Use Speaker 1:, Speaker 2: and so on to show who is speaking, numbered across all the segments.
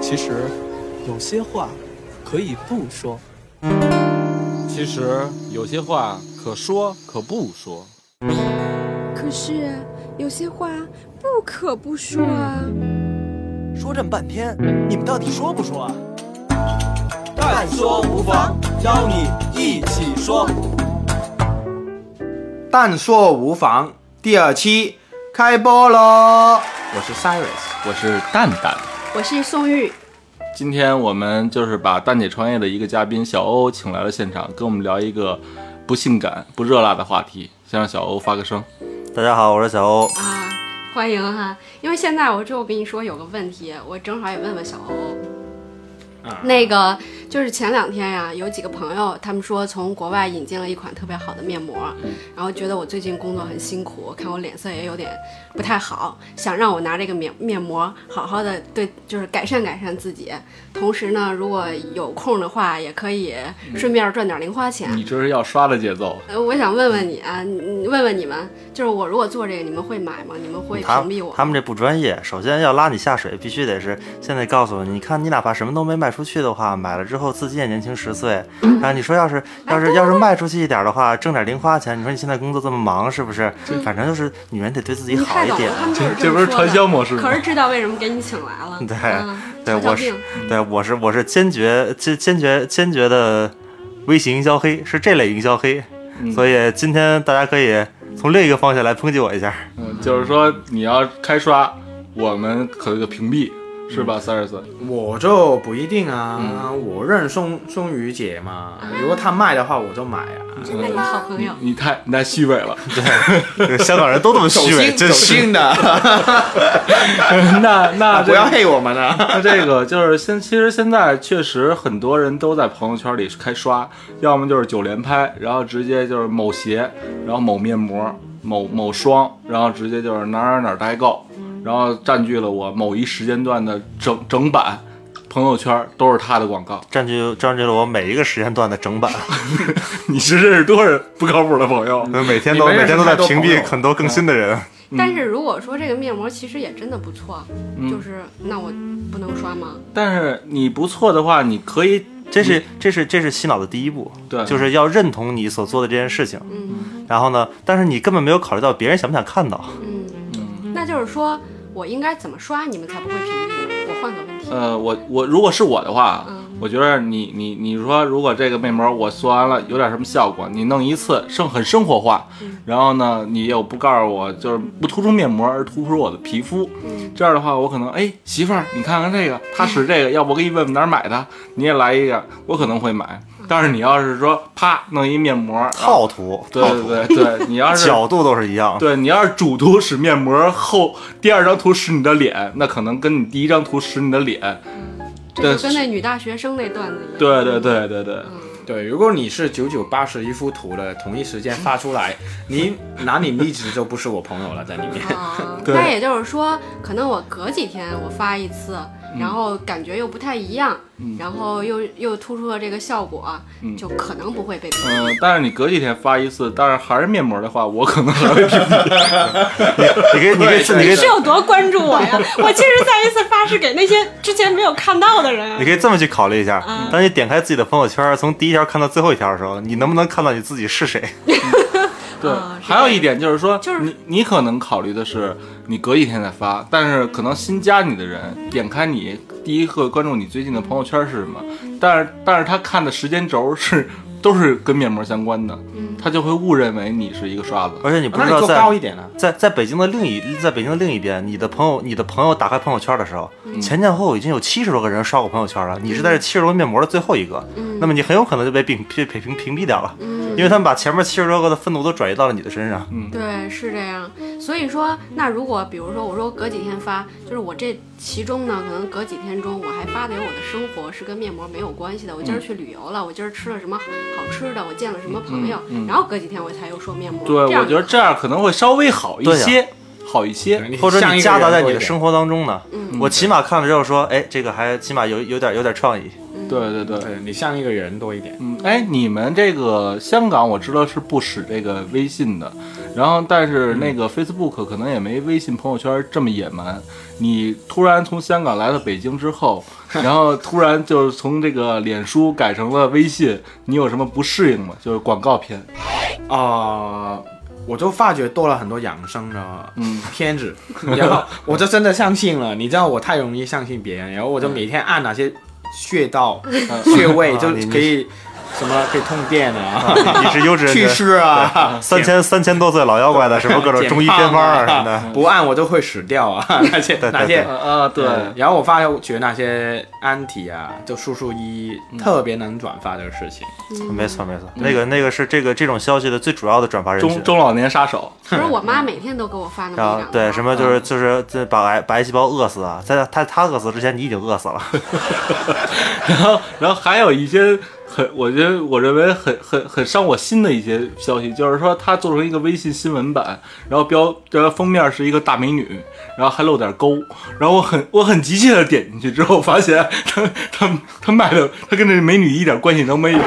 Speaker 1: 其实，有些话可以不说。
Speaker 2: 其实有些话可说可不说。
Speaker 3: 可是啊有些话不可不说啊。
Speaker 4: 说这么半天，你们到底说不说啊？
Speaker 5: 但说无妨，邀你一起说。
Speaker 6: 但说无妨第二期开播喽！我是 Cyrus，
Speaker 2: 我是蛋蛋，
Speaker 7: 我是宋玉。
Speaker 2: 今天我们就是把蛋姐创业的一个嘉宾小欧请来了现场，跟我们聊一个不性感、不热辣的话题。先让小欧发个声。
Speaker 8: 大家好，我是小欧。
Speaker 7: 啊，欢迎哈、因为现在我这我跟你说有个问题，我正好也问问小欧。
Speaker 3: 啊
Speaker 7: 那个就是前两天呀、啊有几个朋友他们说从国外引进了一款特别好的面膜，然后觉得我最近工作很辛苦，看我脸色也有点不太好，想让我拿这个面面膜好好的对，就是改善改善自己。同时呢，如果有空的话，也可以顺便赚点零花钱。
Speaker 2: 你这是要刷的节奏，
Speaker 7: 呃，我想问问你啊，你你问问你们，就是我如果做这个，你们会买吗？你们会屏
Speaker 8: 他
Speaker 7: 蔽我吗？
Speaker 8: 他们这不专业，首先要拉你下水，必须得是现在告诉你，你看你哪怕什么都没卖出去的话，买了之后自己也年轻十岁。
Speaker 7: 嗯
Speaker 8: 然后你说要是
Speaker 7: 哎
Speaker 8: 要是要是卖出去一点的话，挣点零花钱，你说你现在工作这么忙是不是？反正就是女人得对自己
Speaker 7: 你
Speaker 8: 好
Speaker 7: 太
Speaker 8: 一
Speaker 7: 懂
Speaker 8: 点
Speaker 7: 了，。他们就是
Speaker 2: 啊这
Speaker 7: 么
Speaker 2: 不是
Speaker 7: 说
Speaker 2: 传
Speaker 7: 的
Speaker 2: 销模式吗
Speaker 7: 可？是知道为什么给你请来了？
Speaker 8: 对
Speaker 7: 嗯、
Speaker 8: 对，
Speaker 7: 糖尿
Speaker 8: 我是
Speaker 7: 病嗯
Speaker 8: 对我是我是坚决坚坚决坚决的微型营销黑，是这类营销黑。
Speaker 7: 嗯
Speaker 8: 所以今天大家可以从另一个方向来抨击我一下。
Speaker 2: 嗯，就是说你要开刷，我们可就屏蔽，是吧，三十岁？
Speaker 6: 我就不一定啊，
Speaker 2: 嗯
Speaker 6: 我认宋宋雨姐嘛，如果她卖的话，我就买啊。
Speaker 7: 真的，你好朋友。
Speaker 2: 你太你太虚伪 了。
Speaker 8: 香港人都这么
Speaker 6: 走
Speaker 8: 虚伪，
Speaker 6: 心
Speaker 8: 真
Speaker 6: 走
Speaker 8: 是。
Speaker 6: 心的，
Speaker 2: 那那
Speaker 6: 不要黑我们啊！
Speaker 2: 那这个就是现，其实现在确实很多人都在朋友圈里开刷，要么就是九连拍，然后直接就是某鞋，然后某面膜、某某霜，然后直接就是哪儿哪儿哪儿代购，然后占据了我某一时间段的整整版朋友圈都是他的广告。
Speaker 8: 占据占据了我每一个时间段的整版，
Speaker 2: 你是认识多少不靠谱的朋
Speaker 6: 嗯
Speaker 2: 友？
Speaker 8: 每天都
Speaker 6: 你们
Speaker 8: 每天都在
Speaker 6: 认识太多
Speaker 8: 屏
Speaker 6: 朋友
Speaker 8: 蔽
Speaker 6: 了
Speaker 8: 很多更新的人。
Speaker 2: 嗯
Speaker 7: 但是如果说这个面膜其实也真的不错，就是那我不能刷吗？
Speaker 2: 但是你不错的话，你可以
Speaker 8: 这是这是这是洗脑的第一步，
Speaker 2: 对
Speaker 8: 就是要认同你所做的这件事情。
Speaker 7: 嗯
Speaker 8: 然后呢，但是你根本没有考虑到别人想不想看到。
Speaker 7: 嗯，那就是说我应该怎么刷你们才不会屏蔽呢？我换个问题，
Speaker 2: 呃，我我如果是我的话，
Speaker 7: 嗯
Speaker 2: 我觉得你你你说，如果这个面膜我做完了有点什么效果，你弄一次生很生活化，然后呢，你又不告诉我，就是不突出面膜，而突出我的皮肤，这样的话，我可能哎媳妇儿，你看看这个，他使这个，要不我给你问问哪儿买的，你也来一个，我可能会买。但是你要是说啪弄一面膜，然
Speaker 8: 套
Speaker 2: 后
Speaker 8: 图，
Speaker 2: 对
Speaker 8: 套图，
Speaker 2: 对对对，你要是
Speaker 8: 角度都是一样。
Speaker 2: 对你要是主图使面膜，后第二张图使你的脸，那可能跟你第一张图使你的脸，
Speaker 7: 这
Speaker 2: 但
Speaker 7: 就跟那女大学生那段子一样。
Speaker 2: 对对对对对，
Speaker 6: 对，如果你是九九八十一幅图的同一时间发出 来，你拿你例子就不是我朋友了，在里面。
Speaker 7: 啊，
Speaker 2: 对
Speaker 7: 那也就是说，可能我隔几天我发一次，
Speaker 2: 嗯
Speaker 7: 然后感觉又不太一样，然后又又突出了这个效果，就可能不会被屏蔽。
Speaker 2: 嗯、但是你隔几天发一次，但是还是面膜的话，我可能还会 屏蔽。
Speaker 8: 你可以，你可以，你可以
Speaker 7: 是有多关注我 呀？我其实再一次发是给那些之前没有看到的人
Speaker 8: 你可以这么去考虑一下，
Speaker 6: 嗯
Speaker 8: 当你点开自己的朋友圈，从第一条看到最后一条的时候，你能不能看到你自己是谁？
Speaker 2: 对，
Speaker 7: 啊是
Speaker 2: 还有一点就是说，
Speaker 7: 就是
Speaker 2: 你你可能考虑的是你隔几天再发，但是可能新加你的人点开你第一个关注你最近的朋友圈是什么，但是但是他看的时间轴是都是跟面膜相关的，
Speaker 7: 嗯
Speaker 2: 他就会误认为你是一个刷子。
Speaker 8: 而且你不
Speaker 6: 那
Speaker 8: 知
Speaker 6: 你
Speaker 8: 道
Speaker 6: 做
Speaker 8: 在
Speaker 6: 高一点啊！
Speaker 8: 在在北京的另一在北京的另一边，你的朋友你的朋友打开朋友圈的时候，前前后后已经有七十多个人刷过朋友圈了，你是在这七十多个面膜的最后一个，那么你很有可能就被屏被被屏屏蔽掉了，因为他们把前面七十多个的愤怒都转移到了你的身
Speaker 2: 嗯
Speaker 8: 上。
Speaker 7: 对，是这样。所以说，那如果比如说，我说隔几天发，就是我这其中呢，可能隔几天中我还发的有我的生活是跟面膜没有关系的。我
Speaker 2: 嗯
Speaker 7: 今儿去旅游了，我今儿吃了什么好吃的，我见了什么朋友，然后隔几天我才又说面膜。
Speaker 2: 嗯对，
Speaker 7: 这样
Speaker 2: 我觉得这样可能会稍微好一
Speaker 8: 对呀
Speaker 2: 些，好一些。
Speaker 8: 或者你夹杂在你的
Speaker 6: 活，
Speaker 8: 生活当中呢，我起码看了之后说，哎，这个还起码有有点有点创 意，
Speaker 7: 嗯
Speaker 2: 对对对，
Speaker 6: 对你像一个人多一点。
Speaker 2: 嗯，哎，你们这个香港我知道是不使这个嗯微信的，然后但是那个 Facebook 可能也没微信朋友圈这么野蛮，你突然从香港来到北京之 后，然后突然就是从这个脸书改成了微信，你有什么不适应吗？就是广告片，
Speaker 6: 啊、我就发觉多了很多养生的
Speaker 2: 嗯
Speaker 6: 片子，然后我就真的相信了。你知道我太容易相信别人，然后我就每天按哪些穴道、穴位就
Speaker 8: 啊你
Speaker 6: 可以什么可以通电啊、
Speaker 8: 你 是优质人
Speaker 6: 祛
Speaker 8: 群，
Speaker 6: 湿啊，
Speaker 8: 三千三千多岁老妖怪的， 什么 各种
Speaker 6: 减
Speaker 8: 中医
Speaker 6: 胖
Speaker 8: 偏方啊什么
Speaker 6: 啊
Speaker 8: 的，
Speaker 6: 不按我都会死掉啊，那些
Speaker 8: 对对
Speaker 6: 那些
Speaker 8: 对
Speaker 2: 啊，对
Speaker 6: 嗯然后我发觉那些安体啊，就叔叔医
Speaker 8: 嗯
Speaker 6: 特别能转发这个事情。
Speaker 8: 没错没错，那个那个是这个这种消息的最主要的转发人群
Speaker 2: 中。中老年杀手，
Speaker 7: 可是我妈每天都给我发那
Speaker 8: 然
Speaker 7: 么
Speaker 8: 后
Speaker 7: 一啊两
Speaker 8: 对什么
Speaker 6: 嗯
Speaker 8: 就是就是这把癌把癌细胞饿死啊，在他他饿死之前你已经饿 死了，
Speaker 2: 然后，然后还有一些很，我觉得我认为很很很伤我心的一些消息，就是说他做成一个微信新闻版，然后标这封面是一个大美女，然后还露点沟，然后我很我很急切的点进去之后，发现他他他卖的他跟这美女一点关系都没有，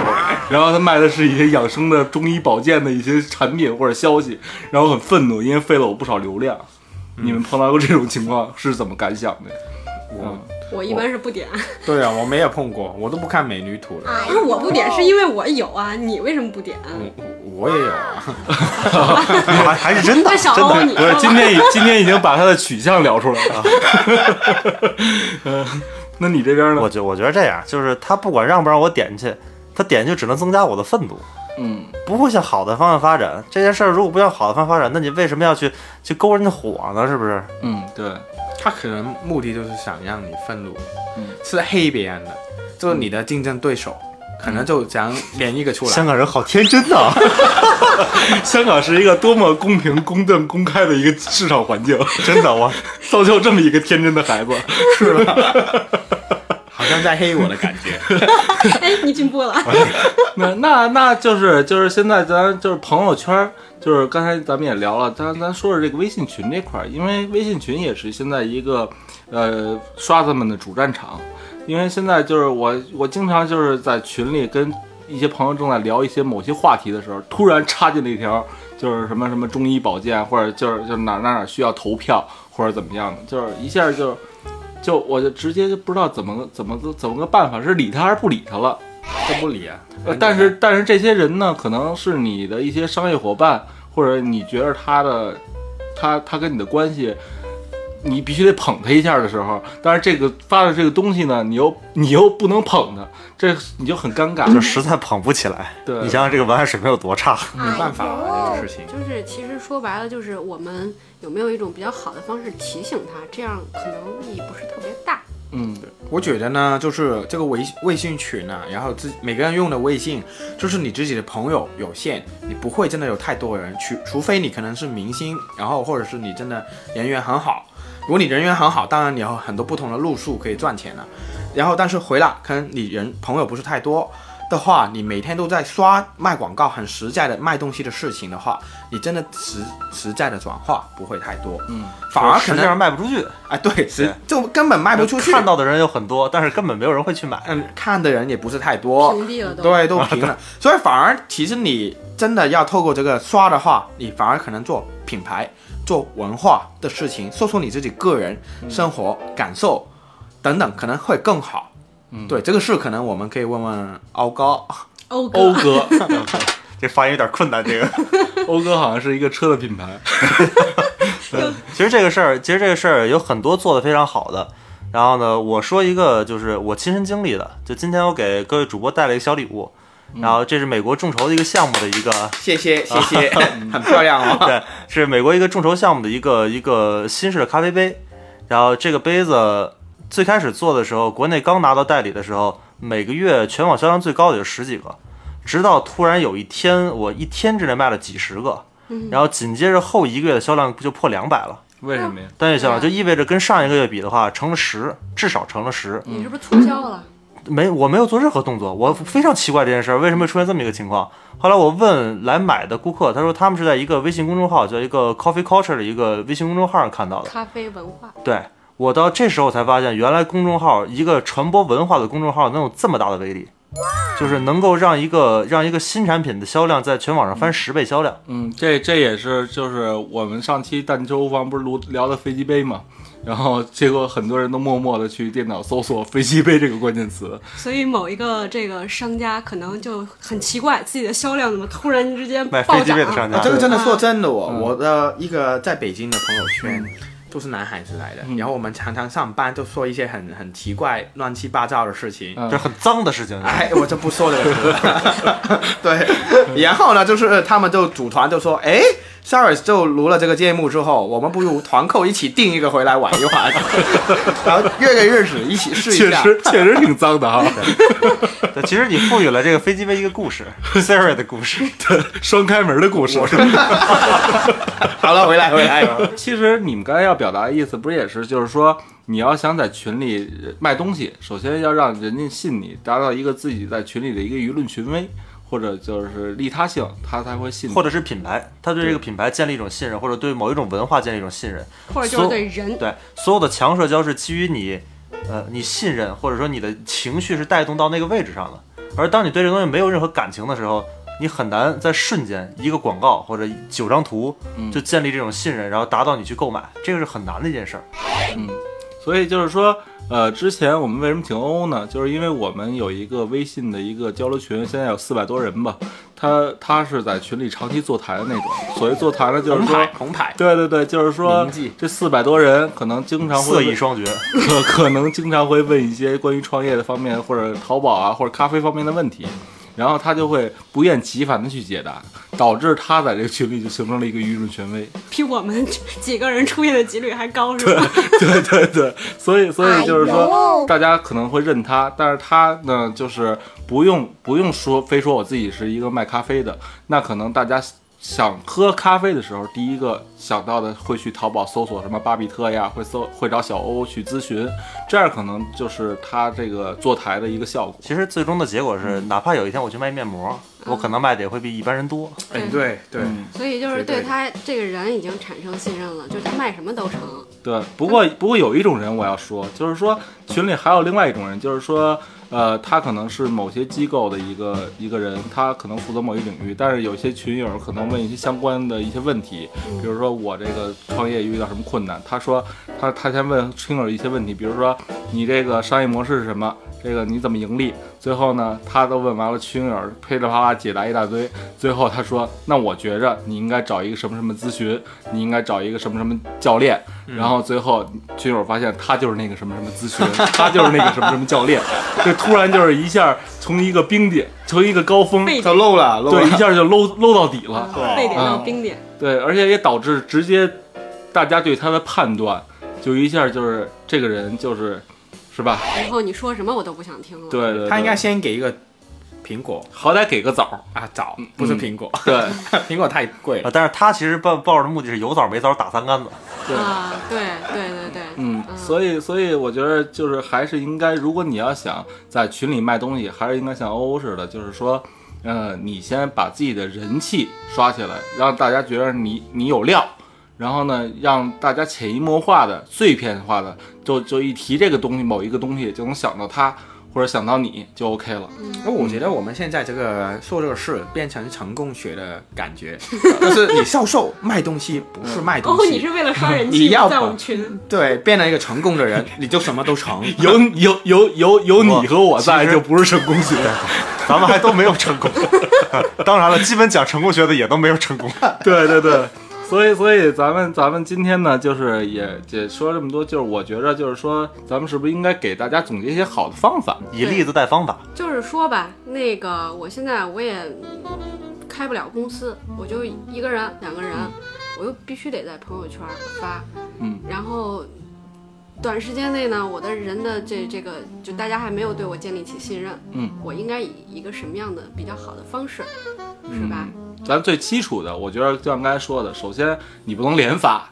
Speaker 2: 然后他卖的是一些养生的中医保健的一些产品或者消息，然后很愤怒，因为费了我不少流量。你们碰到过这种情况是怎么感想的？
Speaker 6: 我，
Speaker 7: 我一般是不点，
Speaker 6: 对啊，我没有碰过，我都不看美女图的。
Speaker 7: 不是哎我不点，是因为我有啊，你为什么不点？
Speaker 6: 我我我也有啊，
Speaker 8: 还还是真的
Speaker 7: 那小
Speaker 8: 真
Speaker 7: 欧
Speaker 8: 的。
Speaker 7: 你
Speaker 2: 不是，今天已今天已经把他的取向聊出来了。 嗯，那你这边呢？
Speaker 8: 我觉我觉得这样，就是他不管让不让我点进去，他点进去只能增加我的愤怒，
Speaker 2: 嗯，
Speaker 8: 不会向好的方向发展。这件事儿如果不向好的方向发展，那你为什么要去去勾人家火呢？是不是？
Speaker 2: 嗯，对，
Speaker 6: 他可能目的就是想让你愤怒，
Speaker 2: 嗯
Speaker 6: 是黑别人的，就是你的竞争对手，
Speaker 2: 嗯
Speaker 6: 可能就想连一个出来。
Speaker 8: 香港人好天真啊呐、
Speaker 2: 香港是一个多么公平、公正、公开的一个市场环境，
Speaker 8: 真的 我
Speaker 2: 造就这么一个天真的孩子。
Speaker 6: 好像在黑我的感 觉。
Speaker 7: 哎，你进步了，
Speaker 2: 那那那就是就是现在咱就是朋友圈儿，就是刚才咱们也聊了，咱咱说说这个微信群这块儿，因为微信群也是现在一个呃刷子们的主战场，因为现在就是我我经常就是在群里跟一些朋友正在聊一些某些话题的时候，突然插进了一条就是什么什么中医保健，或者就是就是哪哪哪需要投票或者怎么样的，就是一下就就我就直接就不知道怎么个怎么个怎么个办法，是理他还是不理他了。
Speaker 6: 都不理啊。
Speaker 2: 呃，但是但是这些人呢，可能是你的一些商业伙伴，或者你觉得他的他他跟你的关系，你必须得捧他一下的时候，但是这个发的这个东西呢，你又 你又不能捧他，这你就很尴尬。
Speaker 8: 就实在捧不起来。
Speaker 2: 对
Speaker 8: 你想想这个文案水平有多差，
Speaker 6: 没办法啊，这个事情。
Speaker 7: 就是其实说白了，就是我们有没有一种比较好的方式提醒他，这样可能意义不是特别大。
Speaker 2: 嗯，
Speaker 6: 我觉得呢，就是这个微微信群啊，然后自每个人用的微信，就是你自己的朋友有限，你不会真的有太多人去，除非你可能是明星，然后或者是你真的人缘很好。如果你人缘很好，当然你有很多不同的路数可以赚钱了、然后，但是回来可能你人朋友不是太多的话，你每天都在刷卖广告，很实在的卖东西的事情的话，你真的实实在的转化不会太多。嗯，反而可
Speaker 8: 实际上
Speaker 6: 能
Speaker 8: 卖不出去，
Speaker 6: 哎，对，实就根本卖不出去。
Speaker 8: 看到的人有很多，但是根本没有人会去买。
Speaker 6: 嗯，看的人也不是太多，
Speaker 7: 屏蔽了都
Speaker 6: 对，都
Speaker 2: 啊
Speaker 6: 平了，所以反而其实你真的要透过这个刷的话，你反而可能做品牌、做文化的事情，说出你自己个人生活感受等等，可能会更好。嗯，对，这个事可能我们可以问问敖高，
Speaker 7: 欧哦
Speaker 8: 哦
Speaker 7: 哥，
Speaker 2: 欧哥，
Speaker 8: 这发音有点困难，这个。
Speaker 2: 欧哥好像是一个车的品牌。
Speaker 8: 其实这个事儿，其实这个事儿有很多做的非常好的。然后呢，我说一个就是我亲身经历的，就今天我给各位主播带了一个小礼物，然后这是美国众筹的一个项目的一个，
Speaker 6: 谢谢谢谢，很漂亮哦。
Speaker 8: 对，是美国一个众筹项目的一个一个新式的咖啡杯。然后这个杯子最开始做的时候，国内刚拿到代理的时候，每个月全网销量最高的有十几个，直到突然有一天，我一天之内卖了几十个，然后紧接着后一个月的销量就破两百了。
Speaker 2: 为什么呀？
Speaker 8: 单月销量
Speaker 7: 对
Speaker 8: 啊就意味着跟上一个月比的话，乘了十，至少乘了十。
Speaker 7: 你是不是促销了？
Speaker 8: 没，我没有做任何动作，我非常奇怪这件事儿，为什么会出现这么一个情况？后来我问来买的顾客，他说他们是在一个微信公众号，叫一个 Coffee Culture 的一个微信公众号上看到的。
Speaker 7: 咖啡文化，
Speaker 8: 对我到这时候才发现，原来公众号一个传播文化的公众号能有这么大的威力，就是能够让一个让一个新产品的销量在全网上翻十倍销量。
Speaker 2: 嗯，这这也是就是我们上期蛋粥房不是录聊的飞机杯嘛，然后结果很多人都默默的去电脑搜索“飞机杯”这个关键词，
Speaker 7: 所以某一个这个商家可能就很奇怪，自己的销量怎么突然之间
Speaker 8: 卖
Speaker 7: 暴
Speaker 8: 飞机
Speaker 7: 涨
Speaker 8: 位的商
Speaker 6: 啊
Speaker 8: 家，
Speaker 6: 这个真的
Speaker 7: 啊
Speaker 6: 说真的，我哦
Speaker 2: 嗯
Speaker 6: 我的一个在北京的朋友圈都是男孩子来的，
Speaker 2: 嗯
Speaker 6: 然后我们常常上班都说一些很很奇怪、乱七八糟的事情。
Speaker 2: 嗯
Speaker 8: 这很脏的事情。
Speaker 6: 哎，我就不说了。 对，然后呢，就是呃他们就组团就说，哎 s a r i s 就录了这个节目之后，我们不如团购一起订一个回来玩 一玩，然后约个日子一起试一
Speaker 2: 确
Speaker 6: 下。
Speaker 2: 实确实挺脏 的啊，
Speaker 8: 对其实你赋予了这个飞机杯一个故事，Sarah 的故事。
Speaker 2: 双开门的故事。
Speaker 6: 好了，回来回来。
Speaker 2: 其实你们刚才要表达的意思，不是也是就是说，你要想在群里呃卖东西，首先要让人家信你，达到一个自己在群里的一个舆论权威，或者就是利他性，他才会信你。
Speaker 8: 或者是品牌，他对这个品牌建立一种信任，或者对某一种文化建立一种信任，
Speaker 7: 或者就
Speaker 8: 所
Speaker 7: 是
Speaker 8: 有
Speaker 7: 对人
Speaker 8: 对所有的强社交是基于你，呃，你信任或者说你的情绪是带动到那个位置上的。而当你对这个东西没有任何感情的时候，你很难在瞬间一个广告或者九张图
Speaker 2: 嗯
Speaker 8: 就建立这种信任，然后达到你去购买，这个是很难的一件事儿。
Speaker 2: 所以就是说，呃，之前我们为什么请欧欧呢？就是因为我们有一个微信的一个交流群，现在有四百多人吧。他他是在群里长期座谈的那种，所谓座谈呢，就是
Speaker 6: 红
Speaker 2: 说
Speaker 6: 牌，，红牌。
Speaker 2: 对对对，就是说
Speaker 6: 铭记
Speaker 2: 这四百多人可能经常
Speaker 8: 色
Speaker 2: 会
Speaker 8: 艺
Speaker 2: 问
Speaker 8: 双绝，
Speaker 2: 可 可能经常会问一些关于创业的方面，或者淘宝啊，或者咖啡方面的问题，然后他就会不厌其烦的去解答，导致他在这个群里就形成了一个舆论权威。
Speaker 7: 比我们 几个人出现的几率还高，是吧？
Speaker 2: 对对对，所以所以就是说，大家可能会认他，但是他呢，就是不用不用说，非说我自己是一个卖咖啡的，那可能大家。想喝咖啡的时候，第一个想到的会去淘宝搜索什么巴比特呀，会搜会找小欧去咨询，这样可能就是他这个坐台的一个效果。
Speaker 8: 其实最终的结果是，哪怕有一天我去卖面膜，我可能卖的也会比一般人多。
Speaker 6: 哎，对对，
Speaker 2: 嗯
Speaker 7: 所以就是
Speaker 6: 对
Speaker 7: 对他这个人已经产生信任了，就是他卖什么都成。
Speaker 2: 对，不过不过有一种人我要说，就是说群里还有另外一种人，就是说，呃，他可能是某些机构的一个一个人，他可能负责某一领域，但是有些群友可能问一些相关的一些问题，比如说我这个创业遇到什么困难，他说他他先问群友一些问题，比如说你这个商业模式是什么，这个你怎么盈利，最后呢，他都问完了，群友噼里啪啦解答一大堆，最后他说，那我觉着你应该找一个什么什么咨询，你应该找一个什么什么教练。然后最后群友发现他就是那个什么什么咨询，他就是那个什么什么教练，就突然就是一下从一个冰点，从一个高峰，
Speaker 7: 被
Speaker 6: 都漏了漏
Speaker 2: 对，一
Speaker 6: 了。
Speaker 2: 下就搂搂到底了。
Speaker 7: 沸点
Speaker 8: 嗯
Speaker 7: 到冰点，
Speaker 2: 对，而且也导致直接大家对他的判断，就一下就是这个人就是，是吧？
Speaker 7: 然后你说什么我都不想听了。
Speaker 2: 对对对，
Speaker 6: 他应该先给一个苹果
Speaker 2: 好歹给个枣嗯儿。
Speaker 6: 啊，枣不是苹果，
Speaker 2: 对，
Speaker 6: 苹果太贵
Speaker 8: 啊，
Speaker 6: 了。
Speaker 8: 但是他其实抱抱着的目的是有枣没枣打三竿子。
Speaker 7: 啊，对对对对，
Speaker 2: 嗯，所以所以我觉得就是还是应该，如果你要想在群里卖东西，还是应该像欧欧似的，就是说，呃，你先把自己的人气刷起来，让大家觉得你你有料，然后呢，让大家潜移默化的、碎片化的，就就一提这个东西，某一个东西就能想到它，或者想到你就 OK 了。
Speaker 6: 那我
Speaker 2: 嗯
Speaker 6: 觉得我们现在这个做这个事变成成功学的感觉，就是你销售卖东西不
Speaker 2: 嗯
Speaker 6: 是卖东
Speaker 7: 哦，你
Speaker 6: 西，
Speaker 7: 是为了刷 人
Speaker 6: 你
Speaker 7: 气
Speaker 6: 要嗯
Speaker 7: 在
Speaker 6: 吧
Speaker 7: 我们群，
Speaker 6: 对，变成一个成功的人，你就什么都成。
Speaker 2: 有有有有有你和我在，
Speaker 8: 其实
Speaker 2: 就不是成功学。
Speaker 8: 咱们还都没有成功。当然了，基本讲成功学的也都没有成功。
Speaker 2: 对对对，所以所以咱们咱们今天呢，就是也也说这么多，就是我觉着就是说，咱们是不是应该给大家总结一些好的方法？
Speaker 8: 以例子带方法，
Speaker 7: 就是说吧，那个我现在我也嗯开不了公司，我就一个人两个人，
Speaker 6: 嗯
Speaker 7: 我又必须得在朋友圈发，
Speaker 2: 嗯，
Speaker 7: 然后。短时间内呢，我的人的这这个，就大家还没有对我建立起信任，
Speaker 2: 嗯，
Speaker 7: 我应该以一个什么样的比较好的方式，
Speaker 6: 嗯
Speaker 7: 是吧？
Speaker 2: 嗯咱最基础的，我觉得就像刚才说的，首先你不能连发，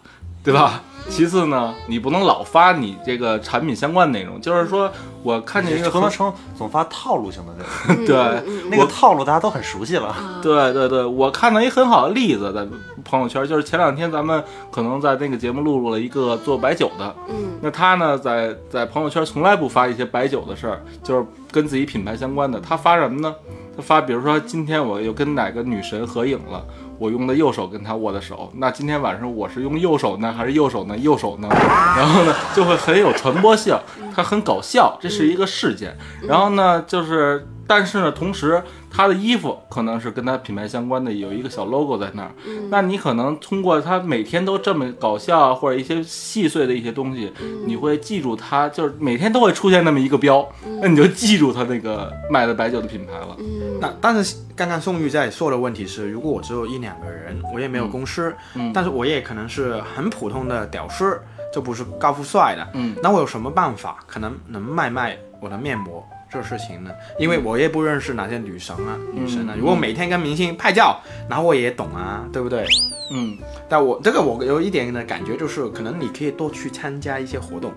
Speaker 2: 对
Speaker 7: 嗯
Speaker 2: 吧？其次呢，你不能老发你这个产品相关内容，就是说我看见一个
Speaker 8: 不能
Speaker 2: 很
Speaker 8: 称总发套路型的那个，
Speaker 7: 嗯
Speaker 8: 嗯
Speaker 2: 对
Speaker 7: 嗯嗯嗯
Speaker 8: 那个套路大家都很熟悉了。
Speaker 7: 啊
Speaker 2: 对对对，我看到一很好的例子在朋友圈，就是前两天咱们可能在那个节目录入了一个做白酒的，
Speaker 7: 嗯
Speaker 2: 那他呢，在在朋友圈从来不发一些白酒的事儿，就是跟自己品牌相关的。他发什么呢？他发，比如说今天我又跟哪个女神合影了，我用的右手跟他握的手，那今天晚上我是用右手呢，还是右手呢？右手呢？然后呢，就会很有传播性，它很搞笑，这是一个事件。然后呢，就是但是呢，同时他的衣服可能是跟他品牌相关的，有一个小 logo 在那儿。
Speaker 7: 嗯
Speaker 2: 那你可能通过他每天都这么搞笑啊，或者一些细碎的一些东西，
Speaker 7: 嗯
Speaker 2: 你会记住他，就是每天都会出现那么一个标，
Speaker 7: 嗯
Speaker 2: 那你就记住他那个卖的白酒的品牌了。
Speaker 6: 那但是刚刚宋玉在说的问题是，如果我只有一两个人，我也没有公司，
Speaker 2: 嗯
Speaker 6: 但是我也可能是很普通的屌丝，这不是高富帅的，
Speaker 2: 嗯
Speaker 6: 那我有什么办法可能能卖卖我的面膜？这事情呢，因为我也不认识哪些女神啊，女神啊。
Speaker 2: 嗯
Speaker 6: 如果每天跟明星拍照，然后我也懂啊，对不对？
Speaker 2: 嗯
Speaker 6: 但我这个我有一点的感觉就是，可能你可以多去参加一些活动，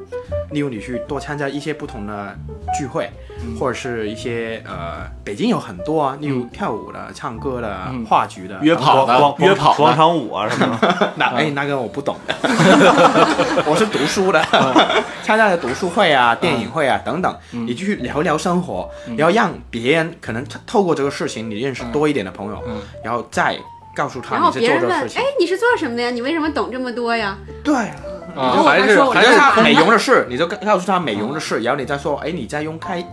Speaker 6: 例如你去多参加一些不同的聚会，
Speaker 2: 嗯
Speaker 6: 或者是一些呃，北京有很多啊，例如跳舞的、唱歌的、
Speaker 2: 嗯
Speaker 6: 话剧的、
Speaker 2: 约炮的
Speaker 8: 广
Speaker 2: 约跑的
Speaker 8: 广场舞啊什么 的，
Speaker 6: 那
Speaker 2: 嗯
Speaker 6: 哎，那个我 不懂，我是读书的，
Speaker 2: 嗯
Speaker 6: 参加了读书会啊、电影会啊等等，你去聊聊生活，
Speaker 2: 嗯
Speaker 6: 然后让别人可能透过这个事情，你认识多一点的朋友，
Speaker 2: 嗯
Speaker 6: 然后再告诉他
Speaker 7: 然后
Speaker 6: 你是
Speaker 7: 别
Speaker 6: 做
Speaker 7: 人
Speaker 6: 这
Speaker 7: 问
Speaker 6: 个事：“情
Speaker 7: 哎，，你是做什么的呀？你为什么懂这么多呀
Speaker 6: 对啊。
Speaker 7: 然
Speaker 2: 啊，
Speaker 7: 嗯后我
Speaker 2: 还
Speaker 7: 还
Speaker 2: 是
Speaker 7: 说我
Speaker 2: 还
Speaker 6: 你
Speaker 2: 是
Speaker 6: 就
Speaker 7: 看
Speaker 6: 他
Speaker 2: 很
Speaker 6: 美容的事，你就跟告诉他美容的
Speaker 2: 嗯
Speaker 6: 事，然后你再说，哎，你在用开，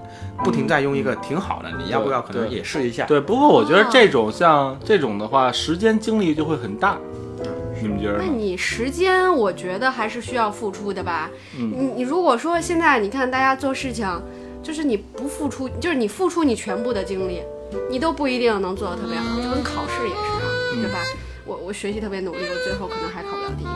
Speaker 6: 不停在用一个挺好的，你要不要可能
Speaker 2: 对
Speaker 6: 也试一下？
Speaker 2: 对。不过我觉得
Speaker 7: 啊
Speaker 2: 这种像这种的话，时间精力就会很大，你们觉？”得
Speaker 7: 那
Speaker 2: 呢？
Speaker 7: 你时间，我觉得还是需要付出的吧。
Speaker 2: 嗯
Speaker 7: 你你如果说现在你看大家做事情，就是你不付出，就是你付出你全部的精力，你都不一定能做得特别好。就跟考试也是啊，
Speaker 2: 嗯
Speaker 7: 对吧？我我学习特别努力，我最后可能还考不了第一名。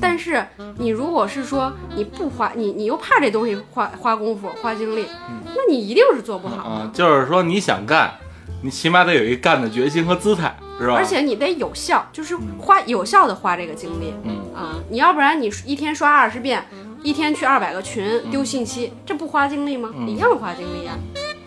Speaker 7: 但是你如果是说你不花，你你又怕这东西花花功夫花精力，
Speaker 2: 嗯
Speaker 7: 那你一定是做不好的。
Speaker 2: 啊，就是说你想干，你起码得有一个干的决心和姿态，是吧？
Speaker 7: 而，且你得有效，就是花有效的花这个精力
Speaker 2: 嗯，
Speaker 7: 啊！你要不然你一天刷二十遍，一天去二百个群丢信息，这不花精力吗？
Speaker 2: 嗯
Speaker 7: 一样花精力啊。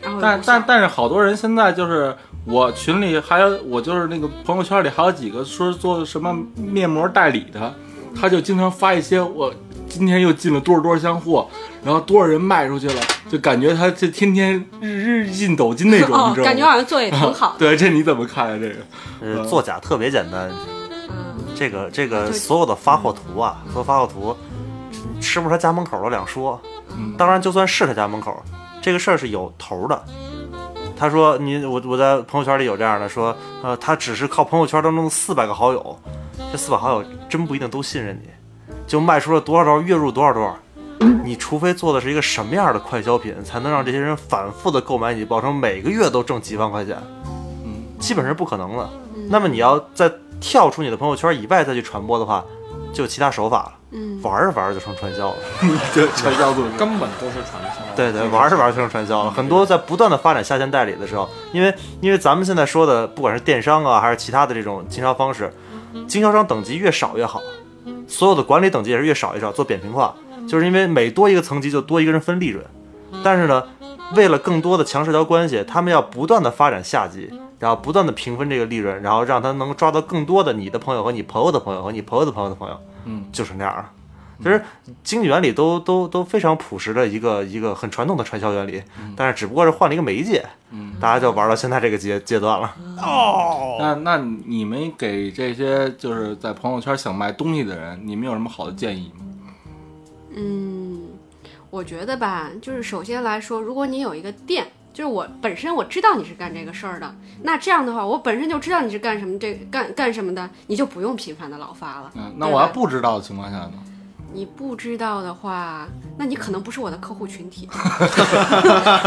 Speaker 7: 然后
Speaker 2: 但
Speaker 7: 有效
Speaker 2: 但但是好多人现在就是我群里还有我就是那个朋友圈里还有几个说做什么面膜代理的，他就经常发一些我今天又进了多少多少箱货，然后多少人卖出去了，就感觉他这天天日日进斗金那种，
Speaker 7: 哦
Speaker 2: 你知道吗？，
Speaker 7: 感觉好像做也挺好的。
Speaker 2: 对，这你怎么看呀、啊这个
Speaker 8: 呃，作假特别简单。
Speaker 7: 嗯，
Speaker 8: 这个
Speaker 7: 对
Speaker 8: 这个所有的发货图啊，所有发货图是不是他家门口都两说。
Speaker 2: 嗯
Speaker 8: 当然，就算是他家门口，这个事儿是有头儿的。他说你我我在朋友圈里有这样的说，呃，他只是靠朋友圈当中四百个好友，这四百好友真不一定都信任你，就卖出了多少多少，月入多少多少。你除非做的是一个什么样的快消品，才能让这些人反复的购买你，保证每个月都挣几万块钱，
Speaker 2: 嗯，
Speaker 8: 基本上是不可能的。那么你要在跳出你的朋友圈以外再去传播的话，就有其他手法了。
Speaker 7: 嗯
Speaker 8: 玩着玩着就成传销了。
Speaker 2: 就传销组织。
Speaker 6: 根本都是传销。
Speaker 8: 对对，玩着玩着就成传销了。很多在不断的发展下线代理的时候，因为因为咱们现在说的，不管是电商啊，还是其他的这种经销方式，经销商等级越少越好，所有的管理等级也是越少越少，做扁平化，就是因为每多一个层级就多一个人分利润。但是呢，为了更多的强社交关系，他们要不断的发展下级，然后不断的平分这个利润，然后让他能抓到更多的你的朋友和你朋友的朋友和你朋友的朋友的朋友，
Speaker 2: 嗯，
Speaker 8: 就是那样儿。其实经济原理都都都非常朴实的一个一个很传统的传销原理，但是只不过是换了一个媒介，嗯，大家就玩到现在这个阶阶段
Speaker 7: 嗯
Speaker 8: 了。
Speaker 2: 那那你们给这些就是在朋友圈想卖东西的人，你们有什么好的建议吗？
Speaker 7: 嗯，我觉得吧，就是首先来说，如果你有一个店，就是我本身我知道你是干这个事儿的，那这样的话，我本身就知道你是干什么这干干什么的，你就不用频繁的老发了。
Speaker 2: 嗯，那
Speaker 7: 对
Speaker 2: 我要
Speaker 7: 吧
Speaker 2: 不知道的情况下呢？
Speaker 7: 你不知道的话，那你可能不是我的客户群 体。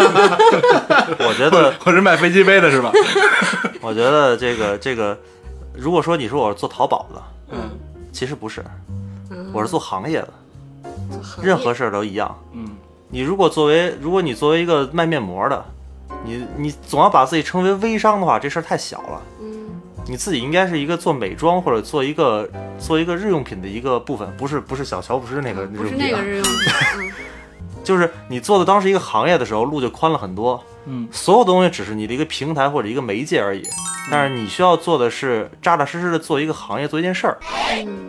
Speaker 8: 我觉得，
Speaker 2: 我是卖飞机杯的是 吧？
Speaker 8: 我觉得这个这个，如果说你说我是做淘宝的，
Speaker 2: 嗯
Speaker 8: 其实不是，
Speaker 7: 嗯
Speaker 8: 我是做行业的，
Speaker 7: 行业
Speaker 8: 任何事儿都一样。
Speaker 2: 嗯
Speaker 8: 你如果作为，如果你作为一个卖面膜的，你你总要把自己称为微商的话，这事儿太小了。
Speaker 7: 嗯
Speaker 8: 你自己应该是一个做美妆或者做一个做一个日用品的一个部分，不是不是小乔，不是那个日
Speaker 7: 嗯不
Speaker 8: 用
Speaker 7: 是
Speaker 8: 品、
Speaker 7: 那
Speaker 8: 啊，
Speaker 7: 个日用品。
Speaker 8: 就是你做的当时一个行业的时候，路就宽了很多。
Speaker 2: 嗯
Speaker 8: 所有东西只是你的一个平台或者一个媒介而已，但是你需要做的是扎扎实实的做一个行业，做一件事儿。
Speaker 7: 嗯，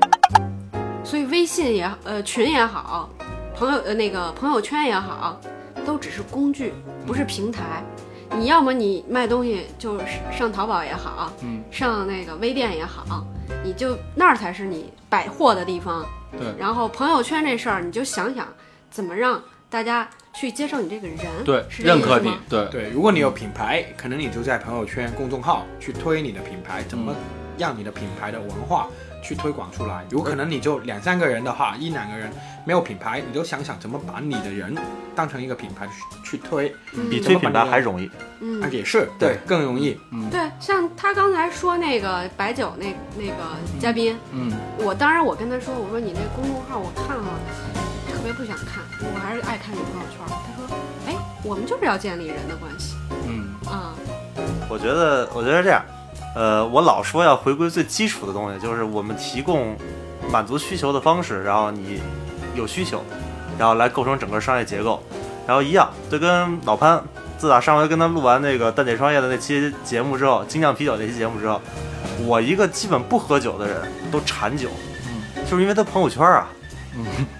Speaker 7: 嗯 所以微信也呃群也好，朋友呃那个朋友圈也好，都只是工具，不是平台。
Speaker 8: 嗯
Speaker 7: 你要么你卖东西就是上淘宝也好，
Speaker 2: 嗯，
Speaker 7: 上那个微店也好，你就那儿才是你百货的地方。
Speaker 2: 对
Speaker 7: 然后朋友圈这事儿，你就想想怎么让大家去接受你这个人，
Speaker 2: 对，
Speaker 7: 是这
Speaker 2: 认
Speaker 7: 意思
Speaker 2: 可你
Speaker 7: 吗，
Speaker 2: 对
Speaker 6: 对，如果你有品牌，可能你就在朋友圈、公众号去推你的品牌，怎么让你的品牌的文化去推广出来？有可能你就两三个人的话，一两个人没有品牌，你就想想怎么把你的人当成一个品牌去去推，
Speaker 8: 比推品牌还容易。
Speaker 7: 嗯
Speaker 6: 啊，，也是对更容易。
Speaker 7: 对，像他刚才说那个白酒那那个嘉宾，
Speaker 2: 嗯，
Speaker 7: 我当然我跟他说，我说你那公众号我看了，特别不想看，我还是爱看你朋友圈。他说，哎，我们就是要建立人的关系
Speaker 2: 嗯
Speaker 7: 啊，
Speaker 8: 我觉得，我觉得这样，呃，我老说要回归最基础的东西，就是我们提供满足需求的方式，然后你有需求，然后来构成整个商业结构，然后一样，就跟老潘，自打上回跟他录完那个蛋姐创业的那期节目之后，精酿啤酒那期节目之后，我一个基本不喝酒的人都馋酒，就是因为他朋友圈啊，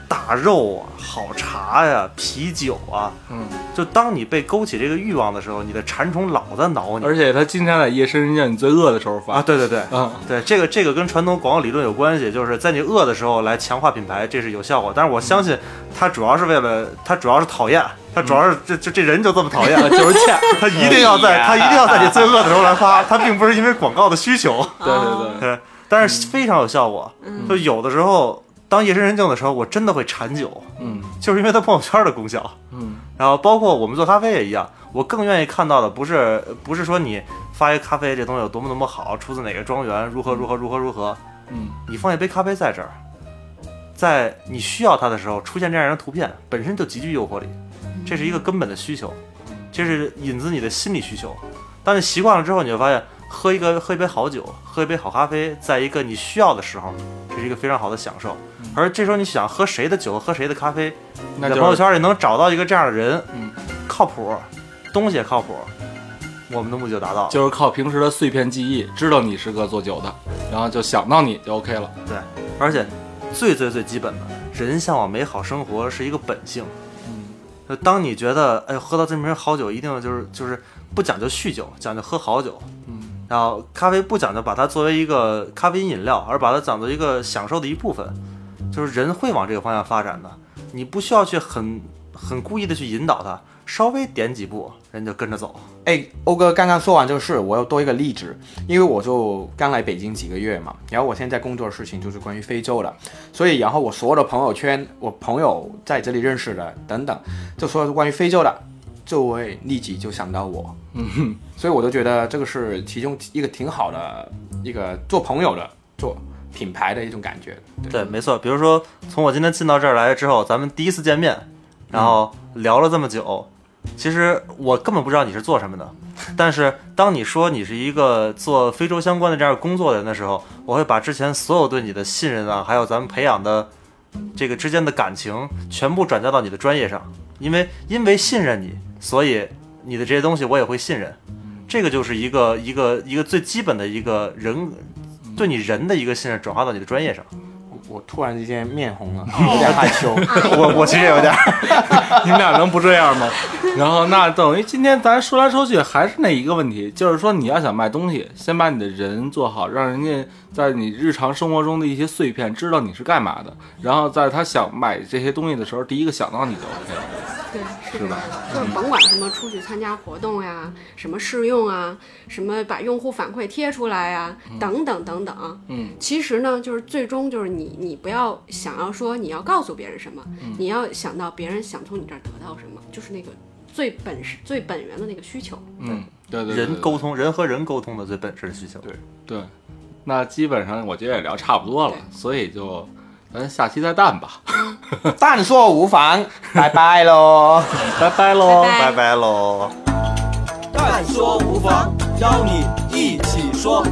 Speaker 8: 大肉啊，好茶呀、啤酒啊，
Speaker 2: 嗯，
Speaker 8: 就当你被勾起这个欲望的时候，你的馋虫老在挠你。
Speaker 2: 而且他经常在夜深人静你最饿的时候发
Speaker 8: 啊，对对对，
Speaker 2: 啊，
Speaker 8: 对这个这个跟传统广告理论有关系，就是在你饿的时候来强化品牌，这是有效果。但是我相信他主要是为了他主要是讨厌，他主
Speaker 2: 嗯
Speaker 8: 要是这这这人就这么讨厌， 呃就是欠，他一定要在
Speaker 2: 哎
Speaker 8: 他一定要在你最饿的时候来发，他并不是因为广告的需求，
Speaker 2: 对对嗯对，
Speaker 8: 对，但是非常有效果。就有的时候当夜深人静的时候，我真的会馋酒，
Speaker 2: 嗯
Speaker 8: 就是因为它朋友圈的功效。
Speaker 2: 嗯，
Speaker 8: 然后包括我们做咖啡也一样，我更愿意看到的不是不是说你发一咖啡这东西有多么多么好，出自哪个庄园，如何如何如何如何，
Speaker 2: 嗯，
Speaker 8: 你放一杯咖啡在这儿，在你需要它的时候出现这样的图片，本身就极具诱惑力，
Speaker 2: 嗯
Speaker 8: 这是一个根本的需求，这是引自你的心理需求。当你习惯了之后，你就发现喝一个喝一杯好酒，喝一杯好咖啡，在一个你需要的时候，这是一个非常好的享受。
Speaker 2: 嗯
Speaker 8: 而这时候你想喝谁的酒，喝谁的咖啡，你
Speaker 2: 那
Speaker 8: 在
Speaker 2: 就
Speaker 8: 朋友圈里能找到一个这样的人，
Speaker 2: 嗯，
Speaker 8: 靠谱，东西也靠谱，我们的目的就达到了。
Speaker 2: 就是靠平时的碎片记忆，知道你是个做酒的，然后就想到你就 OK 了。
Speaker 8: 对，而且最最最基本的，人向往美好生活是一个本性。嗯，当你觉得哎呦喝到这瓶好酒，一定就是就是不讲究酗酒，讲究喝好酒。
Speaker 2: 嗯，
Speaker 8: 然后咖啡不讲究把它作为一个咖啡因饮料，而把它讲作一个享受的一部分，就是人会往这个方向发展的。你不需要去很很故意的去引导他，稍微点几步，人就跟着走。
Speaker 6: 哎，欧哥刚刚说完这个事，我又多一个例子，因为我就刚来北京几个月嘛，然后我现在工作的事情就是关于非洲的，所以然后我所有的朋友圈，我朋友在这里认识的等等，就所有关于非洲的，就会立即就想到我，嗯，所以我就觉得这个是其中一个挺好的一个做朋友的做品牌的一种感觉，
Speaker 8: 对，没错。比如说，从我今天进到这儿来之后，咱们第一次见面，然后聊了这么久，其实我根本不知道你是做什么的。但是当你说你是一个做非洲相关的这样工作的人的时候，我会把之前所有对你的信任啊，还有咱们培养的这个之间的感情，全部转嫁到你的专业上，因为因为信任你，所以你的这些东西我也会信任。这个就是一个一个一个最基本的一个人对你人的一个信任转化到你的专业上。
Speaker 6: 我突然之间面红了，有点害羞，
Speaker 8: 我我其实也有点儿，
Speaker 2: 你们俩能不这样吗？然后那等于今天咱说来说去还是那一个问题，就是说你要想卖东西，先把你的人做好，让人家在你日常生活中的一些碎片知道你是干嘛的，然后在他想买这些东西的时候，第一个想到你就 OK 了。
Speaker 7: 对，是吧？就是甭管什么出去参加活动呀，什么试用啊，什么把用户反馈贴出来呀，等等等等。
Speaker 2: 嗯，
Speaker 7: 其实呢，就是最终就是你，你不要想要说你要告诉别人什么，你要想到别人想从你这儿得到什么，就是那个最本是最本源的那个需求。
Speaker 2: 嗯，对对对对
Speaker 8: 人沟通，人和人沟通的最本质的需求。对，
Speaker 2: 对，那基本上我觉得也聊差不多了，所以就咱下期再淡吧，
Speaker 6: 但说无妨，拜拜喽。
Speaker 8: 拜拜
Speaker 6: 哦
Speaker 8: 喽，
Speaker 7: 拜拜
Speaker 8: 拜拜喽。
Speaker 5: 但说无妨，邀你一起说。